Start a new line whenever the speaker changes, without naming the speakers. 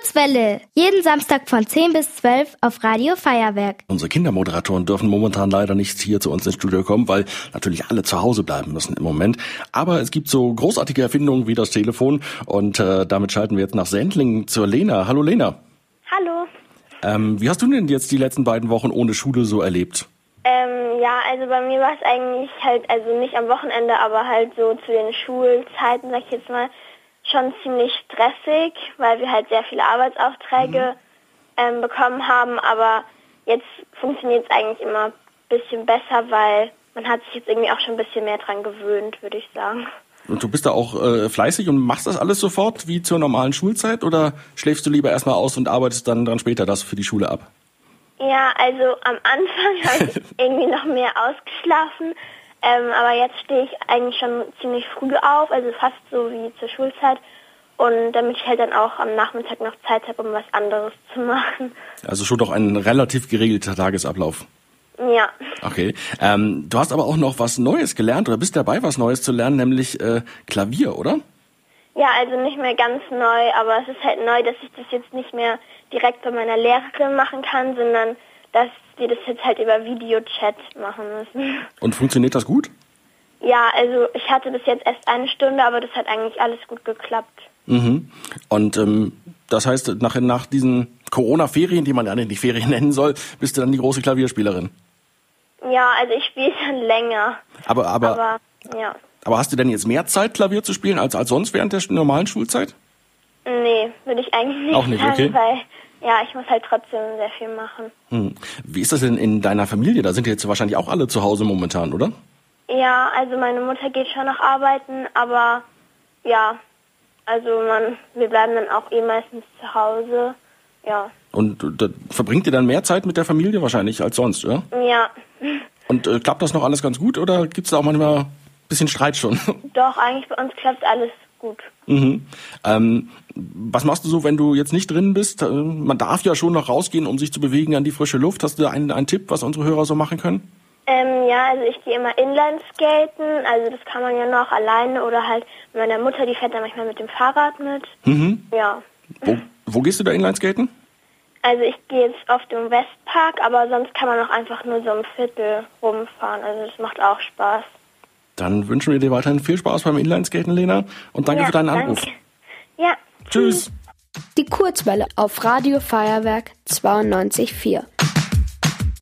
Kurzwelle. Jeden Samstag von 10 bis 12 auf Radio Feuerwerk.
Unsere Kindermoderatoren dürfen momentan leider nicht hier zu uns ins Studio kommen, weil natürlich alle zu Hause bleiben müssen im Moment. Aber es gibt so großartige Erfindungen wie das Telefon und äh, damit schalten wir jetzt nach Sendling zur Lena. Hallo Lena.
Hallo.
Ähm, wie hast du denn jetzt die letzten beiden Wochen ohne Schule so erlebt?
Ähm, ja, also bei mir war es eigentlich halt, also nicht am Wochenende, aber halt so zu den Schulzeiten, sag ich jetzt mal, schon ziemlich stressig, weil wir halt sehr viele Arbeitsaufträge ähm, bekommen haben. Aber jetzt funktioniert es eigentlich immer ein bisschen besser, weil man hat sich jetzt irgendwie auch schon ein bisschen mehr dran gewöhnt, würde ich sagen.
Und du bist da auch äh, fleißig und machst das alles sofort wie zur normalen Schulzeit oder schläfst du lieber erstmal aus und arbeitest dann, dann später das für die Schule ab?
Ja, also am Anfang habe ich irgendwie noch mehr ausgeschlafen. Ähm, aber jetzt stehe ich eigentlich schon ziemlich früh auf, also fast so wie zur Schulzeit. Und damit ich halt dann auch am Nachmittag noch Zeit habe, um was anderes zu machen.
Also schon doch ein relativ geregelter Tagesablauf.
Ja.
Okay. Ähm, du hast aber auch noch was Neues gelernt oder bist dabei, was Neues zu lernen, nämlich äh, Klavier, oder?
Ja, also nicht mehr ganz neu, aber es ist halt neu, dass ich das jetzt nicht mehr direkt bei meiner Lehrerin machen kann, sondern dass wir das jetzt halt über Videochat machen müssen.
Und funktioniert das gut?
Ja, also ich hatte bis jetzt erst eine Stunde, aber das hat eigentlich alles gut geklappt.
Mhm. Und ähm, das heißt, nach, nach diesen Corona-Ferien, die man ja nicht Ferien nennen soll, bist du dann die große Klavierspielerin.
Ja, also ich spiele schon länger.
Aber, aber, aber,
Aber ja,
hast du denn jetzt mehr Zeit, Klavier zu spielen, als, als sonst während der sch- normalen Schulzeit?
nee, würde ich eigentlich nicht,
Auch nicht,
sagen,
okay.
weil ja, ich muss halt trotzdem sehr viel machen.
Hm. Wie ist das denn in deiner Familie? Da sind jetzt wahrscheinlich auch alle zu Hause momentan, oder?
Ja, also meine Mutter geht schon noch arbeiten, aber ja, also man, wir bleiben dann auch eh meistens zu Hause. Ja,
Und äh, da verbringt ihr dann mehr Zeit mit der Familie wahrscheinlich als sonst, oder?
ja,
Und äh, klappt das noch alles ganz gut oder gibt es da auch manchmal ein bisschen Streit schon?
doch, eigentlich bei uns klappt alles gut.
mhm. ähm, was machst du so, wenn du jetzt nicht drin bist? Äh, Man darf ja schon noch rausgehen, um sich zu bewegen an die frische Luft. Hast du da einen, einen Tipp, was unsere Hörer so machen können?
Ähm, ja, also ich gehe immer Inlineskaten, also das kann man ja noch alleine oder halt mit meiner Mutter, die fährt dann manchmal mit dem Fahrrad mit.
Mhm.
Ja,
Wo, wo gehst du da Inlineskaten?
also ich gehe jetzt oft im Westpark, aber sonst kann man auch einfach nur so im Viertel rumfahren, also das macht auch Spaß.
Dann wünschen wir dir weiterhin viel Spaß beim Inlineskaten, Lena. Und danke
ja,
für deinen Anruf.
Danke. Ja,
Tschüss.
Die Kurzwelle auf Radio Feuerwerk 92.4.